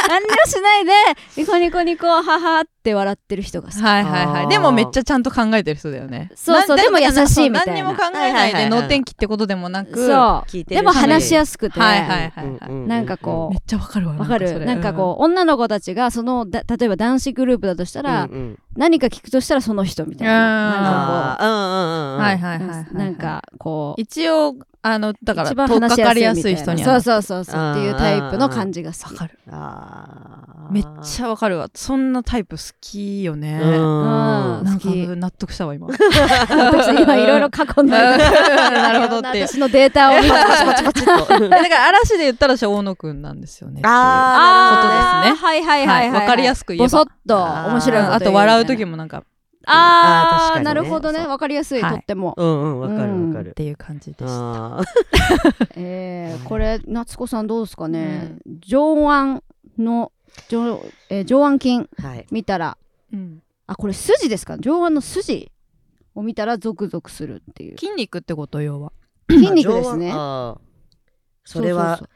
A: 何にもしないでニコニコニコははって笑ってる人が好き、
B: はいはいは
C: あ
B: い
C: ー
B: でもめっちゃちゃんと考えてる人だよね
A: そうそう
B: な
A: でも優しいみたいな
B: 何にも考えない
C: はいはい
B: で
C: はいはい
B: 脳天気ってことでもなくは
A: そ
C: ー聞いうてる
A: でも話しやすくて、
B: いはいはいはい、
A: なんかこ
B: めっちゃわかるわ
A: うわかるなんかこう女の子たちがそのだ例えば男子グループだとしたら、
C: うんうん
A: 何か聞くとしたらその人みたい
B: うん
A: な
C: あーうんうんうんうん
B: はいはい
A: な
B: は
A: ん
B: い
A: か
B: はい
A: こうなんかこう
B: 一応あのだから
A: 一番
B: 取っ
A: 話
B: か
A: しやす
B: かり
A: い
B: や
A: み
B: す
A: た
B: い
A: いな
B: 人に
A: そう
B: は
A: そうそうそうっていうタイプの感じが好
B: わ
A: き
B: かる
C: あー
B: めっちゃわかるわそんなタイプ好きよね、
C: うん
B: なんか
A: 好き
B: 納得したわ今
A: 私今いろいろ過去 の
B: なるほどっていう
A: 私のデータを見て
C: パチパチパチっと
B: だから嵐で言ったら私は大野くんなんですよね
C: あ
B: ーなるほどね
A: はいはい
B: は
A: はいい
B: わかりやすく言えば
A: ボソッと面白いこと
B: あと笑う時
A: も
B: もなんかっ
A: あ
C: あー確か
A: ー
C: に
A: な
C: ね
A: るほどね
C: そう
A: わかりやすい
B: はい
A: とって も
C: うんうんわか
A: う
C: る
A: ん
C: わかる
B: ていう感じでした
C: あ
A: えーこれ夏子さんどうですかね
B: う
A: 上腕の上えー上腕筋
C: ー はい
A: 見たら
B: うん
A: あこれ筋ですか上腕の筋を見たらゾクゾクするっていう
B: 筋肉ってこと要は
A: 筋肉ですね
C: 上腕あーそれ
A: そう
C: は
A: そう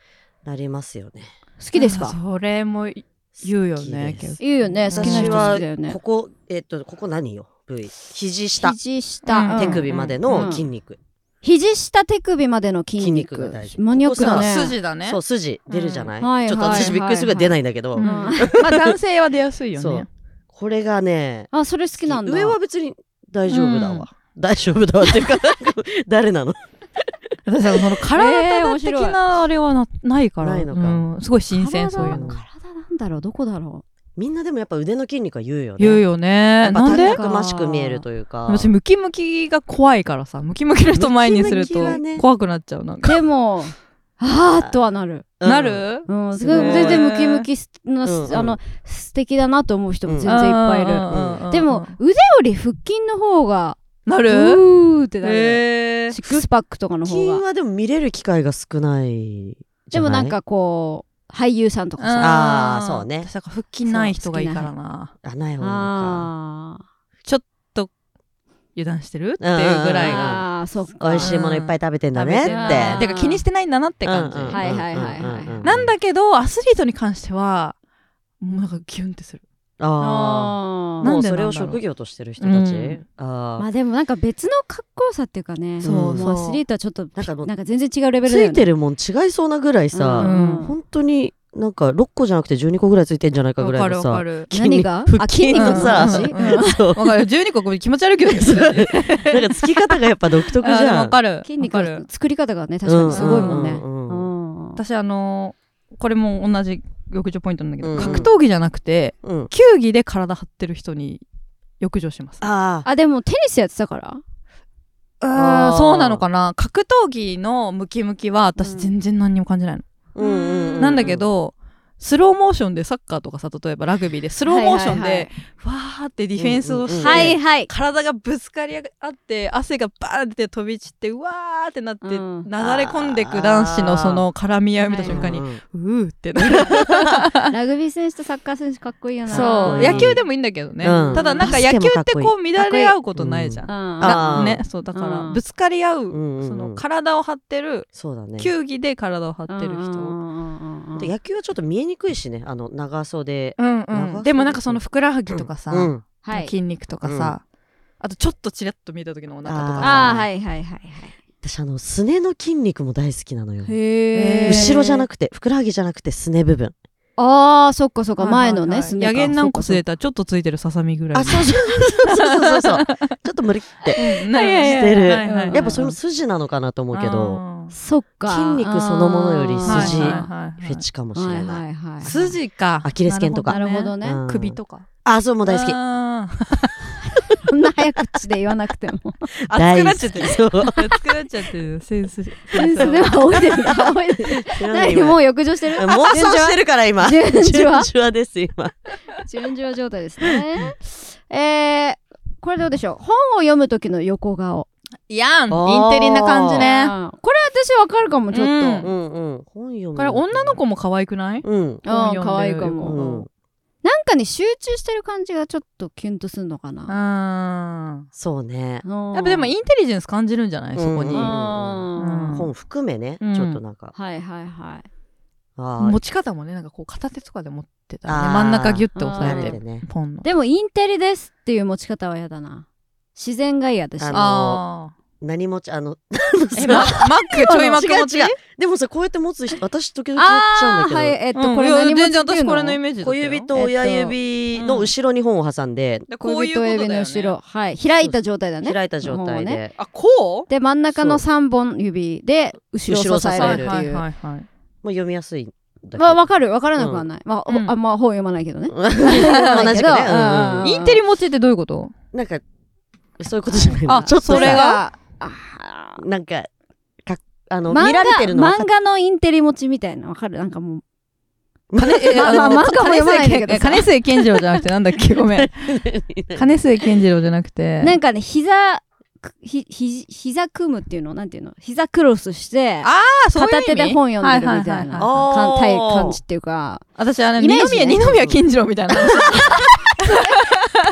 C: なりますよね
A: そう好きですか
B: それも言うよね
C: 好きです
A: 言うよね
B: 私
A: 好きな人好きだよね
C: ここえっとここ何よ部位肘下
A: 肘下、
B: うん
C: 手首までの筋肉
A: 肘下手首までの筋肉
C: 筋肉が大事
A: マニアックだね
C: ここ
B: 筋だね
C: そう筋出るじゃない
A: うんはい
C: ちょっと
A: はい
C: 私びっくりするぐらい出ないんだけ
B: う
C: ど
B: んまあ男性は出やすいよ
C: そ
B: ね
C: うこれがね
A: あそれ好きなんだ
C: 上は別に大丈夫だわ大丈夫だわっていうか誰なの
A: えー面
B: 私はその体的
A: 白い
B: なあれはなないから
C: ないのか
B: うんすごい新鮮そういうの
A: 体体なんだろうどこだろ
C: みんなでもやっぱ腕の筋肉は言うよね
B: 言うよ
C: や
B: ね
C: っぱ
B: なんで
C: たくましく見えるというか
B: 私ムキムキが怖いからさムキムキの人前にする
C: ムキム
B: と
C: キはね
B: 怖くなっちゃうなん
A: う
B: か
A: でも あーっとはなる
C: うん
B: なる
A: うんす
C: す
A: ご
C: ご
A: い
C: い
A: 全然ムキムキの、
C: うんうん
A: あの素敵だなと思う人も全
C: う
A: 然いっぱいいる、
B: うんうんうんうん
A: でも腕より腹筋の方が
B: な
A: う
B: る
A: ーってなる、
B: えー
A: シックスパックとかの
C: 筋
A: 方が
C: はでも見れる機会が少ないじ
A: で
C: ゃい
A: もなんかこう俳優さんとかさ
C: あーそうね
B: 私なんか腹筋ない人がいいからな
C: あない方がいいのか
A: あー
B: 油断してるっていうぐらいが
A: あーそっか
C: 美味しいものいっぱい食べてんだね
B: 食べ
A: る
C: っ
A: あー
B: てか気にしてないんだなって
C: て
B: 感じ、
C: うんうんうんうん
A: はいはいはいはいはい
B: なんだけどアスリートに関してはもうなんかギュンってする
C: あ
A: あ
C: あ
A: ー
B: なん
C: もう
B: で
C: そ
B: だ
C: れ
B: ろう
C: を職業としてる人たち、
B: うん
C: あ
A: ま
C: あ
A: あでもなんか別のかっこよさっていうかね
C: そう
A: も
B: そう
A: アスリートはちょっと
C: なんかもう
A: なんか全然違うレベル
C: つ
A: だよ
C: い
A: ね
C: てるもん違いそうなぐらい
A: う
C: さ、
A: ん
C: 本当になんか6個じゃなくて12個ぐらいついてんじゃないか
B: わ
C: ぐ
B: から
C: い
B: る
C: の
B: わか
C: さ
B: る
C: 筋肉
A: 何が
C: 腹
A: あ筋
C: 筋
A: 肉
C: の
A: の
C: さ、
A: 話
B: うんうんうん
C: そう
B: わかる12個これ気持ち悪いけど
C: なんかつき方がやっぱ独特じ
B: あでも
C: ゃ
B: わ
C: ん
B: かる
A: 筋肉
B: わかる
A: の作り方がね確かにすごいもんね
C: ううんうんうん
A: うん
B: 私あのーこれも同じ浴場ポイントなんだけど、
C: うん
B: 格闘技じゃなくて
C: うん
B: 球技で体張ってる人に浴場します
C: ああ
A: あでもテニスやってたから
C: あー
B: そうなのかな格闘技のムキムキは私
A: うん
B: 全然何にも感じないの、
C: うんうんう
B: なんだけどスローモーションでサッカーとかさ例えばラグビーでスローモーションでわーってディフェンスをして、
A: はいはい
B: 体がぶつかり合って汗がバーンって飛び散ってうわーってなって、
A: うん
B: なだれ込んでく男子のその絡み合いを見た瞬間に、うーってなる
A: ラグビー選手とサッカー選手かっこいいよな
B: そう
C: いや
B: 野球でもいいんだけどね、
C: うん
B: ただなんか野球ってこう乱れ合うことないじゃん
A: う、ん
C: あ
B: だ
C: ー
B: ねそうだから、
A: うん
B: ぶつかり合う、
C: んうん
B: その体を張ってる
C: そうだね
B: 球技で体を張ってる人、
A: 人
C: で野球はちょっと見えにくいしねあの長袖
B: うん
C: 長袖
B: でもなんかそのふくらはぎとかさ、
C: うん
A: はい
B: 筋肉とかさ、あとちょっとちらっと見た時のお腹とかさ
A: ああはいはいはい
C: 私あのすねの筋肉も大好きなのよ
A: へー
B: へ
C: 後ろじゃなくてふくらはぎじゃなくてすね部分
A: ああそっかそっか前の
B: はいは
A: ね
B: いはい
A: すねか
B: 野源軟骨
A: そ
B: で
A: う
B: たらちょっとついてるささみぐら
C: あ
B: い
C: そうそうそうそうそう そうちょっと無理って
B: うんなんか
A: はい
C: してる
B: はいはいはい
C: やっぱそれも筋なのかなと思うけど
B: あー
A: そっか
C: 筋肉そのものより
B: はい
C: 筋
B: はいはいはい
C: フェチかもし
A: は
C: れ
A: い
C: ない
A: はいはい
B: 筋か
C: アキレス腱とか
A: なるほどね
C: うん
B: 首とか
C: あそうもう大好き
B: あー
A: こんな早口で言わなくて も
B: 熱くなっちゃってる
C: そう
B: 熱くなっちゃってるセンスセ
A: セン
B: ンス
A: スでは多いですか多いですね何もう浴場してる
C: 妄想してるから今
A: 順序は
C: 順調です今
A: 順調状態ですねえーこれどうでしょう本を読む時の横顔
B: やん
C: あー
B: インテリな感じ
A: う
B: ね
A: んこれ私わかるかもちょっ
B: う
A: と
B: ん
C: うんうん本読む
B: これ女の子も可愛くない
C: うん
A: ああ
B: 本読んでる
A: 可愛いか
C: う
A: も、
C: ん
A: なんかに集中してる感じがちょっとキュンとするのかな、
B: あ
C: そうね
A: うん
B: やっぱでもインテリジェンス感じるんじゃないそこ
C: う
B: に
C: ん
A: うん
B: うん
C: 本含めね
B: うん
C: ちょっとなんか
A: はいはいはい
C: あー
B: 持ち方もねなんかこう片手とかで持ってたら
C: あー
B: ね真ん中ギュッて押さ
C: 慣
B: え
C: れ
B: て
C: てね
B: ポンの
A: でもインテリですっていう持ち方は嫌だな自然が嫌私
C: あの
B: あ
C: 何持ちあの
B: ーえママックちょいマック持ち
C: 違う違うでもさこうやって持 つ人私時々持っちゃうん
A: あ
C: だ
A: ー
C: けど、
A: はいえっと、
B: うん
A: これ
B: いや
A: 何持ちっ
B: 全
A: ていうの
B: 然私これのイメージだった
C: 小
B: よ
C: 指と親指の後ろに本を挟んで、
B: だからこ
A: 小
B: うい
A: 指
B: うこと
A: 親
B: とだよ
A: 指の
B: ね
A: 後ろ、はい開いた状態だね
C: 開いた状態で、
A: 本を
B: あこ
A: で真ん中の3本指で後ろを支
B: う
A: え
C: 後ろを
A: るっ
C: 支
A: て
C: え
A: い
C: る
A: う、
B: はいはいはい
C: もう読みやすいんだけど
A: まあわかるわからなくはない、まあ、ほ
B: うん
A: あまあ本読まないけどね、
C: 同じくね、
A: う
C: うん
B: は
A: ん
B: いインテリ持ちってどういうこと
C: なんかそういうことじゃないの
B: あ
C: ちょっとさ
B: それが
A: あー
C: なんかかあの
A: 漫画
C: 見られてるのは
A: 漫画のインテリ持ちみたいなわかるなんかもう
C: 金
B: え
A: まあ
B: あの
A: まあ漫画も読まないんだけどさ
B: 金末健次郎じゃなくてなんだっ けごめん金末健次郎じゃなくて
A: なんかね膝くひひ膝組むっていうのなんていうの膝クロスして
B: ああそういう意
A: 片
B: 味
A: 手で本読んでるみたいな
B: はははは
A: かん
C: は
A: た
C: い
A: い
C: おー
A: 感じっていうか
B: 私あの
A: イ
B: 二
A: メージね
B: 宮二宮健次郎みたいな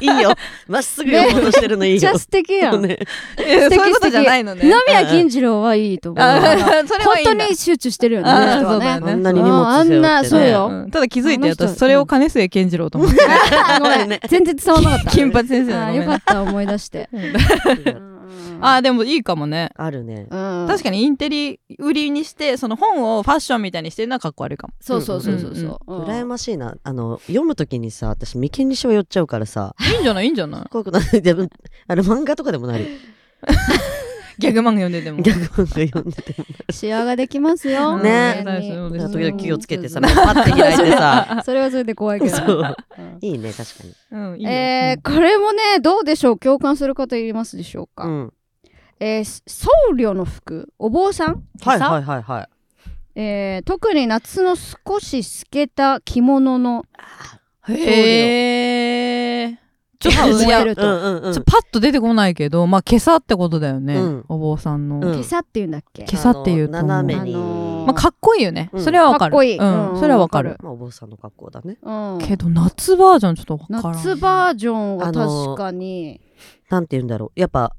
C: いいよまっすぐ読もうとしてるのい
A: めっ
C: い
A: ち
C: よ
A: ゃ素敵やん
C: ね
B: えそういうことじゃないの
A: 二
B: ね
A: 宮金次郎はいいと思う
B: あー それ
A: 本
B: はいいんだ
A: 当に集中してるよね
B: あ
A: あの
B: ー
A: 人はね
B: そうだよ
C: あんなに荷物背負っ
A: うん
C: て、ね、
A: あんなそうよ
B: うんただ気づいて
A: あの人
B: 私それを金末健次郎と思って
A: ごめん全然伝わんなかった
B: 金髪先生
A: あ
B: だ
A: ー
B: ご
A: よ
B: めん
A: か
B: ね
A: った思い出して
B: あーでもいいかもね
C: あるね
B: 確
A: 確か
B: かにインテリ売りにしてその本をファッションみたいにしてるのはかっこ悪いかも
A: そうそうそうそうそううん
C: 羨ましいなあの読むときにさ私眉間にしわ寄っちゃうか らさ
B: いいんじゃないいいんじゃない
C: 怖くないでもあれ漫画とかでもなる
B: ギャグ漫画読んでても
C: 逆漫画読んでて
A: シワができますよ
C: ね
A: 人間に
B: そうで
C: も
B: す
C: 時々気をつけてさ
A: うん
C: パッて開い てさ
A: それはそれで怖いけど
C: そう
A: うん
C: いいね確かに
B: うんいいよ
A: え
B: うん
A: ー、これもねどうでしょう共感する方いますでしょうか、
C: うん
A: えー僧侶の服お坊さん、
C: はい
A: さ
C: はいはいはい
A: えー特に夏の少し透けた着物の
B: へえちょっと
A: 燃
B: い
A: え
B: や
A: る
B: ち
A: と、
C: うんうんうん
B: ょパッと出てこないけどまあ今朝ってことだよね
C: うん
B: お坊さんの
C: うん
A: 袈裟っていうんだっけ
B: 今朝っていうと
C: あの斜めに
A: あのー
B: まあかっこいいよね
C: うん
B: それはわかる
A: かっこいい
B: うん
A: うん
B: それはわかる
C: まあお坊さんの格好だね
A: うん、
B: けど夏バージョンちょっとわからん
A: 夏バージョンは確かに、
C: なんて言うんだろうやっぱ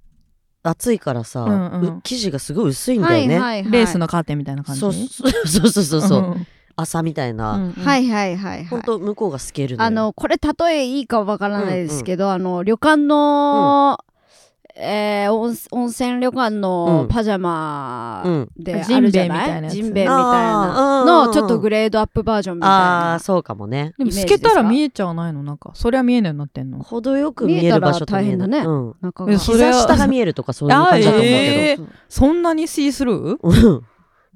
C: 暑いからさ、
B: うんうん
C: う生地がすごい薄いんだよ
A: は
C: ね、
A: いはいはい
B: レースのカーテンみたいな感じ
C: そうそうそうそうそうそう朝みたいな、
A: はいいはいはいは
C: ほん
A: い
C: と向こうが透けるのよ
A: あのこれ例えいいかわからないですけど、あの旅館の、えー温温泉旅館
C: う
A: の
C: ん
A: パジャマ
C: うん
A: であるじゃない
B: ジ
A: ジ
B: ン
A: ン
B: ベ
A: ベ
B: エ
A: エみたい
B: み
C: たいな
A: な
C: あーうんうんうん
A: のちょっとグレードアップバージョンみたい
C: ああ
A: な
C: ーそうかもね
B: でも
A: イメージ
B: 透
A: で
B: け
A: すか
B: たら見えちゃわないのなんかそりゃ見えないようになってんの
C: 程よく見える場所と見えない
A: 見えたら大変だね
C: うん、
A: 中
B: え
A: が
B: それは
C: 膝下が見えるとかそういう感じだと思うけ
B: えーそんなにシースルー
C: ど、うん
A: そう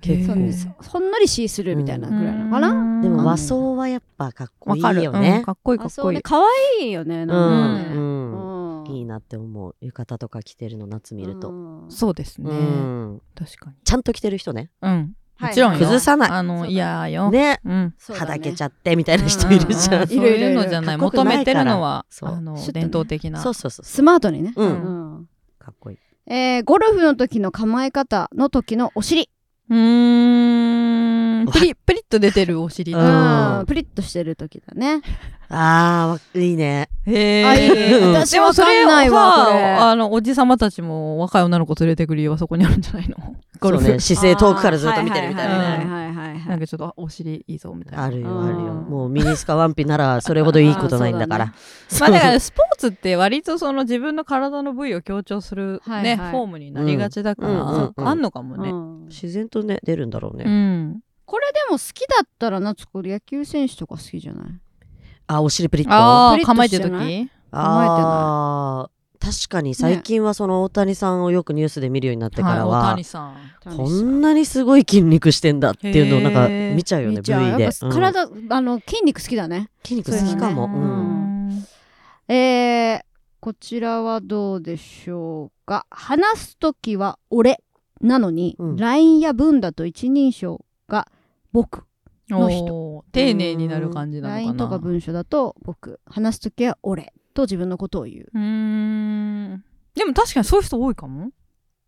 B: へー
A: ですほんのりシースルーみたいなぐらいなのかな、
B: うん
C: でも和装はやっぱかっこ
B: わ
C: いい
B: かる
C: よね
B: うんかっこいいか
A: あ
B: っ
A: そう
B: こい
A: ね
B: い
A: 可愛いよね
C: う、
A: なんかね、うん
C: うん
A: ん
C: いいなって思う浴衣とか着てるの夏見ると、
A: うん
B: そうです
C: う
B: ね
C: ん
B: 確かに
C: ちゃんと着てる人ね
B: うんもちろんよ
C: 崩さない
B: あの嫌よ、
C: ね
B: うん
A: そうだ
C: は
A: ね
C: だけちゃってみたいな人いるじゃん、
B: うんうんうんそういうのじゃない
C: いるいるかっこよ
B: 求
C: くないから
B: めてるのは
C: そう
B: あの
A: シュッとね
B: 伝統的な
C: そうそうそう
A: スマートにね、
C: う
B: うん
A: うん
C: かっこいい
A: えーゴルフの時の構え方の時のお尻、
B: うーんプリプリッと出てるお尻
C: う
A: うん
B: へ
A: ん、プリッとしてる時だね
C: あーわいいね
B: え
A: あいいね私わかんないわこれ
B: あのおじさまたちも若い女の子連れてく理由はそこにあるんじゃないのゴルフ、
C: そうね姿勢遠くからずっと見てるみたいなね、
B: ね
A: はいはいはいはいはい
B: なんかちょっとあお尻いいぞみたいな
C: あるよ
A: あ
C: あ
A: ー
C: るよもうミニスカワンピならそれほどいいことないんだから
B: まあだからスポーツって割とその自分の体の部位を強調するね、
A: はいはい
B: フォームになりがちだから、
C: うんうんうん
B: あんのかもね。
A: うん
C: 自然とね出るんだろうね、
B: うん。
A: これでも好きだったら夏子野球選手とか好きじゃない
C: あお尻プリッと
B: あ
A: プリ
B: あ、
A: ッと
B: 構え
A: して
B: て
A: ない
B: る時
C: あー確かに最近はその大谷さんをよくニュースで見るようになってから
B: はい、大
C: は、
B: 谷さん。
C: こんなにすごい筋肉してんだっていうのをなんか見ちゃうよね
A: 見
C: 部
A: ちゃう
C: 位
A: や
C: で
A: っ、ぱ体、あの筋肉好きだね
C: 筋肉
A: そういうのね
C: 好きかも、
B: う
C: うん
B: ん。
A: えー、こちらはどうでしょうか話すときは俺なのに、
C: うん
A: LINE や文だと一人称が僕の人
B: おー丁寧になる感じなのかな。
A: LINE とか文章だと僕話すときは俺と自分のことを言う
B: うーん。でも確かにそういう人多いかも。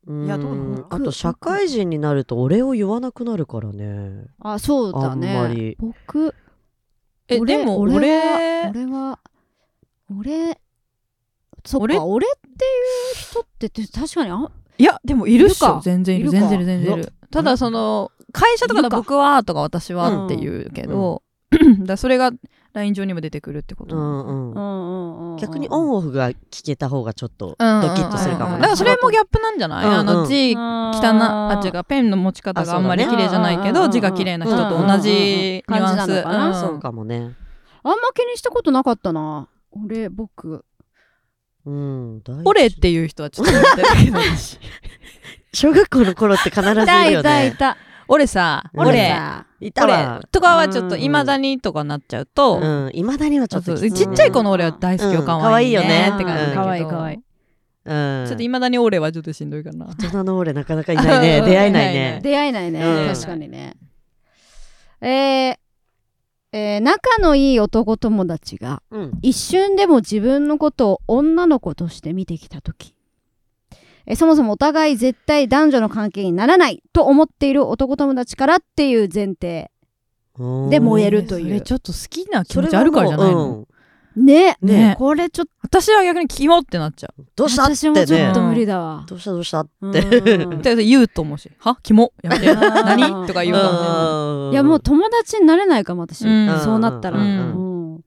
C: うん
B: いやどうなの
C: あと社会人になると俺を言わなくなるからね
A: あそうだね
C: あんまり
A: 僕
B: え、でも俺、
A: 俺は俺は俺そっか
B: 俺
A: 俺っていう人ってて確かにあ
B: いや、でもいるっし
A: いる
B: ょ
A: か。
B: 全然いる、
A: いるか
B: 全然いる、全然い
C: い
B: る。ただその、会社とか
A: いる
B: で
A: か
B: 僕はとか私はっていうけど、だからそれが LINE 上にも出てくるってこ
C: う
B: と。
C: んうん、
A: うんうんうん
C: 逆にオンオフが聞けた方がちょっとドキ
B: うんうんうん
C: ッとするかも
B: うん
C: ね、
B: だからそれもギャップなんじゃない、
C: うんうん
B: あの字汚なあ
A: あー
B: 違うペンの持ち方
C: あ
B: があんまり
C: そうだ
A: ね
B: 綺麗じゃないけ
A: うんうんうんう
B: ど
A: ん
B: 字が綺麗な人と同じニュアンス
A: うんうんうんうん感じなのかな
B: うん
C: そうかもね
A: あんま気にしたことなかったな俺僕
C: うん大事
B: オレっていう人はちょっと似てる けど
C: 小学校の頃って必ずい る
A: いた
C: よ
A: いたい
C: ね
A: た
B: オレさ
C: うん
B: オ
A: 俺
B: レ
A: さ
C: い
B: オ
C: た
B: レ
C: わ
B: とかはちょっと
A: うん
B: いまだにとかなっちゃうと、
C: うんいまだにはちょっ
B: そ
C: と
B: う
C: き
B: ち
C: つい
B: っ
C: ね
B: ちゃい子のオレは大好きよ、
C: うん
B: か
C: 可
B: わ
C: 愛
B: い
C: い
B: い
C: よね
B: ねって感じだけど、
A: うん可愛い可愛い
C: うん
B: ちょっといまだにオレはちょっとしんどいかな
C: 大人の俺なかなかいないね出会えないね
A: 出会えないね、
C: うん
A: 確かにねえーえー仲のいい男友達が
C: うん
A: 一瞬でも自分のことを女の子として見てきた時えーそもそもお互い絶対男女の関係にならないと思っている男友達からっていう前提
C: うん
A: で燃えるという
B: それちょっと好きな気持ちあるからじゃないの、
C: うん
A: ね
B: ね
A: これちょっと
B: 私は逆にキモってなっちゃう
C: どうしたっ
A: 私も
C: て
A: ちょっ
C: ね
A: と無理だわ、
C: どうしたどうした
A: う
B: だ
A: ん
B: けど言うと思うし「はキモやめて
A: あー
B: 何?」とか言うかもしれない
A: いやもう友達になれないかも私、
B: うん
A: そうなったら、
B: う
A: うんん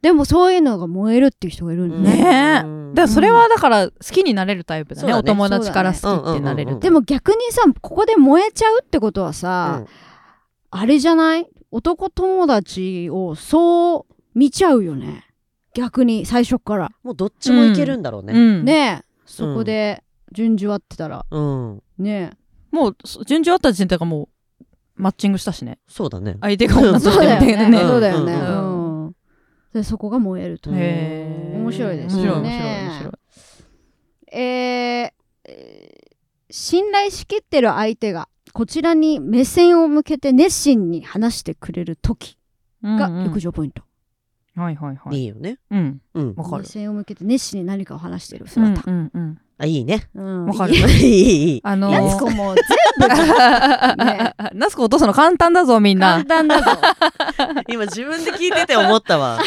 A: でもそういうのが燃えるっていう人がいるんだね、
B: ねえ
C: うん
B: だからそれはだから好きになれるタイプだね
C: そうだね
B: お友達から好きってなれる
C: うんうんうんうん
A: でも逆にさここで燃えちゃうってことはさ、あれじゃない男友達をそう見ちゃうよね逆に最初から、
C: もうどっちもいけるんだろうね
B: うん
A: ねえそこで順序あってたら
C: うん
A: ね
B: もうそ順調あった時点とかもうマッチングしたしね
C: そうだね
B: 相手が女
A: え
B: と
A: そう
B: して
A: だ
B: みたい
A: よ
B: な
A: ね、
B: ね
A: そうだよね、
C: う
A: うんんでそこが燃えると、
C: うん
B: へー
A: 面白いです
B: 面
A: ね
B: 白い面白い面白い
A: えーえー信頼しきってる相手がこちらに目線を向けて熱心に話してくれる時が
B: うんうん
A: 浴場ポイント、
B: はいはいはい
C: いいよね
B: うん
C: うん
B: わかる
A: 目線を向けて熱心に何かを話してる
B: うん
A: 姿、
B: うんうん
C: あいいね
A: うん
B: わかる
C: いいいいいい
B: あの
A: 夏
B: ー
A: 子もね
B: ナスコ落とすの簡単だぞみんな
A: 簡単だぞ
C: 今自分で聞いてて思ったわ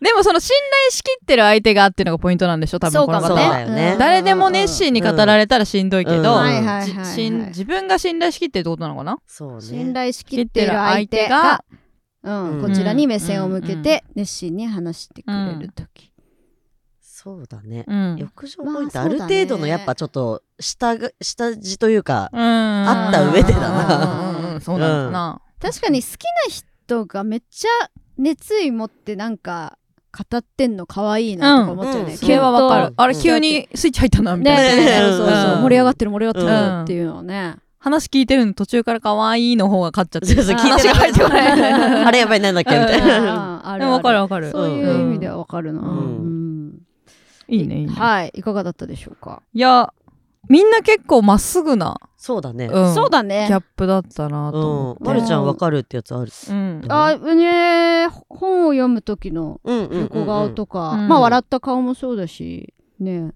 B: でもその信頼しきってる相手がっていうのがポイントなんでしょ多分この
C: そ
B: 方
C: うだよね
B: 誰でも熱心に語られたらしんどいけ
C: うん
B: ど
A: はいはいはい
B: じ
A: はい
B: しん自分が信頼しきってるってことなのかな
C: そう
A: 信
C: ね
A: 頼しきってる相手が、うん
C: うん
A: こちらに目線を向けて熱心に話してくれる時、
C: そうだね
B: うん
C: 浴場
A: まあ
C: ポイント
A: そ
C: あ
A: うだ
C: る
A: ね
C: 程度のやっぱちょっと下が下地というか
B: あ
C: った上でだ
A: な
B: うんうんうん、そうなのかな。
A: 確かに好きな人がめっちゃ熱意持ってなんか語ってんの可愛いなとか思っちゃうね、
C: うん
A: 系
B: 系
A: は
B: はわ
A: わ
B: か
A: か
B: る
A: る。
B: あれ急にスイッチ入ったなみたいな。
C: ねね
A: そうそう
B: うん
A: 盛り上がってる盛り上がって
B: うん
A: るっていうのをね、
B: 話聞いてるの途中から可愛いの方が勝っちゃって
C: そう
B: る。
C: そう
A: あー
C: 聞い
B: 話
C: てな
B: が
C: かっ
B: 入ってこない。
C: た あれやばいなんだっけみたい
A: うん
C: な
A: ある
B: でもわかるわか
A: ある
B: る。
A: そういう意味ではわかるな、
C: うん
A: うん
B: いいねいいね。
A: はいいかがだったでしょうか
B: いやみんな結構まっすぐな、
C: そうだね。
B: うん、
A: そうだね
B: ギャップだったな
C: う
B: と思
C: ん
B: っ。て、
C: まるちゃんわかるってやつある。
B: うん
A: あね本を読む時の
C: うんうんうんうん
A: 横顔とか、
B: うん
A: まあ笑った顔もそうだしね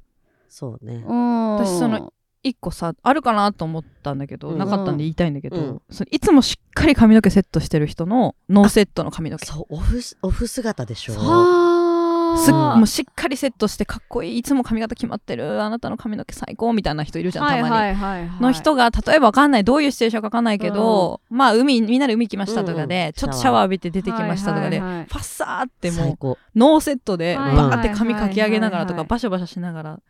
C: そうね。
A: うん
B: 私その一個さあるかなと思ったんだけど、
C: うん
B: なかったんで言いたいんだけど、
C: うん
B: そのいつもしっかり髪の毛セットしてる人のノーセットの髪の毛す
C: そう、オフ、オフ姿でしょ。
A: はあ
B: っもうしっかりセットしてかっこいいいつも髪型決まってるあなたの髪の毛最高みたいな人いるじゃんたま
A: はい
B: に、
A: はいはいはい
B: の人が例えばわかんないどういうシチュエーションかわかんないけど、まあ海みんなで海来ましたとかで、
C: うんうん
B: ちょっとシャワー浴びて出てきましたとかで、
A: はいはいはい
B: ファッサーっても
C: 最
B: う
C: 高。
B: ノーセットでバ
A: はい
C: はいはい
B: ーって髪かき上げながらと
A: はいはいはい
B: かバシャバシャしながら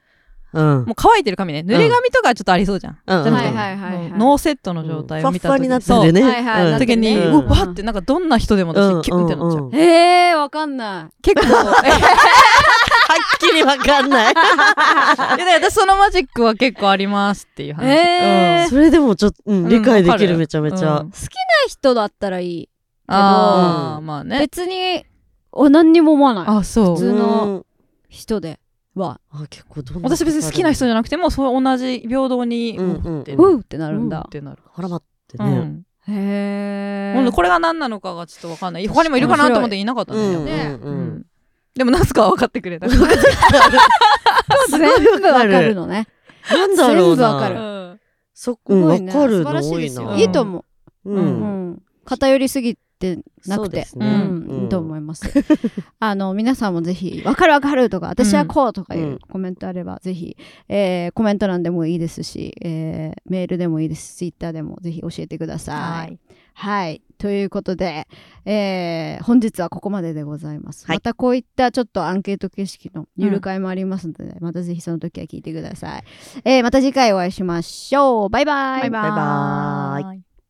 C: うん。
B: もう乾いてる髪ね濡れ髪とかはちょっとありそうじゃん、
C: うんうん
B: じゃなく
A: は
B: て
A: いはいはいはい
B: ノーセットの状態を
C: ふわ
B: 見
C: ったふわ
B: 時
C: になって
B: そ
C: ん
B: う
C: でね。
A: はいはい
C: うん
A: なって
B: 時に、
C: ね
B: うわってなんかどんな人でも
C: うん
B: 私キュンってなっちゃう、
C: うんうん
A: えー、わかんない
B: 結構え
C: はっきりわかんな
B: い
C: い。
B: やだからそのマジックは結構ありますっていう話、
A: えー
B: うん
C: それでもちょっと、うん
B: うん
C: 理解で
B: わか
C: き
B: る
C: るめちゃめちゃ。
B: うん
A: 人だったらいい
B: あーまあね
A: 別にお何にも思わない
B: あそう
A: 普通の
C: うん
A: 人では
C: あ結構どん
B: 私別に好きな人じゃ
C: ゃ
B: なくてもそう同じ平等に思って
C: う
B: る
C: ん
A: ううってなるん
B: っ
A: だ、
B: てなる、
C: 腹まって
B: う
C: ね、
B: ん
A: へ
B: ほんで
A: え
B: これが何なのかがちょっとわかんない他にもいるかなと思っていなかった
C: うん
B: だ
C: ん
B: よ、
C: うん
A: ね
C: う
B: うんんでもナスカは分かってくれたから
A: 全部わかるのね
C: なんだろうな
A: 全部わかる
C: そっ
A: す
C: うん
A: ご
C: わ
A: いね
C: か
A: 素晴
C: る
A: ら
C: の
A: しい
C: 多
A: で
C: い
A: す
C: な
A: よ
B: うん
A: いいと思う、
C: う
A: うんん偏りすぎてな
C: そう
A: くて
C: ですね
B: うん
A: うん、いいと思います。 あの、皆さんもぜひ、わかるわかるとか、私はこうとかいううん
D: コ
A: コ
D: メ
A: メ
D: ン
A: ン
D: ト
A: ト
D: あ
A: あ
D: れ
A: れ
D: ば
A: ば、
D: ぜ
A: ぜ
D: ひ
A: ひ、えーコメント欄でもいいですし、えーメールでもいいですし、ツイッターでもぜひ教えてください。
B: い
A: はい。ということで、えー本日はここまででございます。
C: はい
A: またこういったちょっとアンケート形式のゆる会もありますので、またぜひその時は聞いてください。えーまた次回お会いしましょう。バイバイ。
C: バイバーイ
B: イ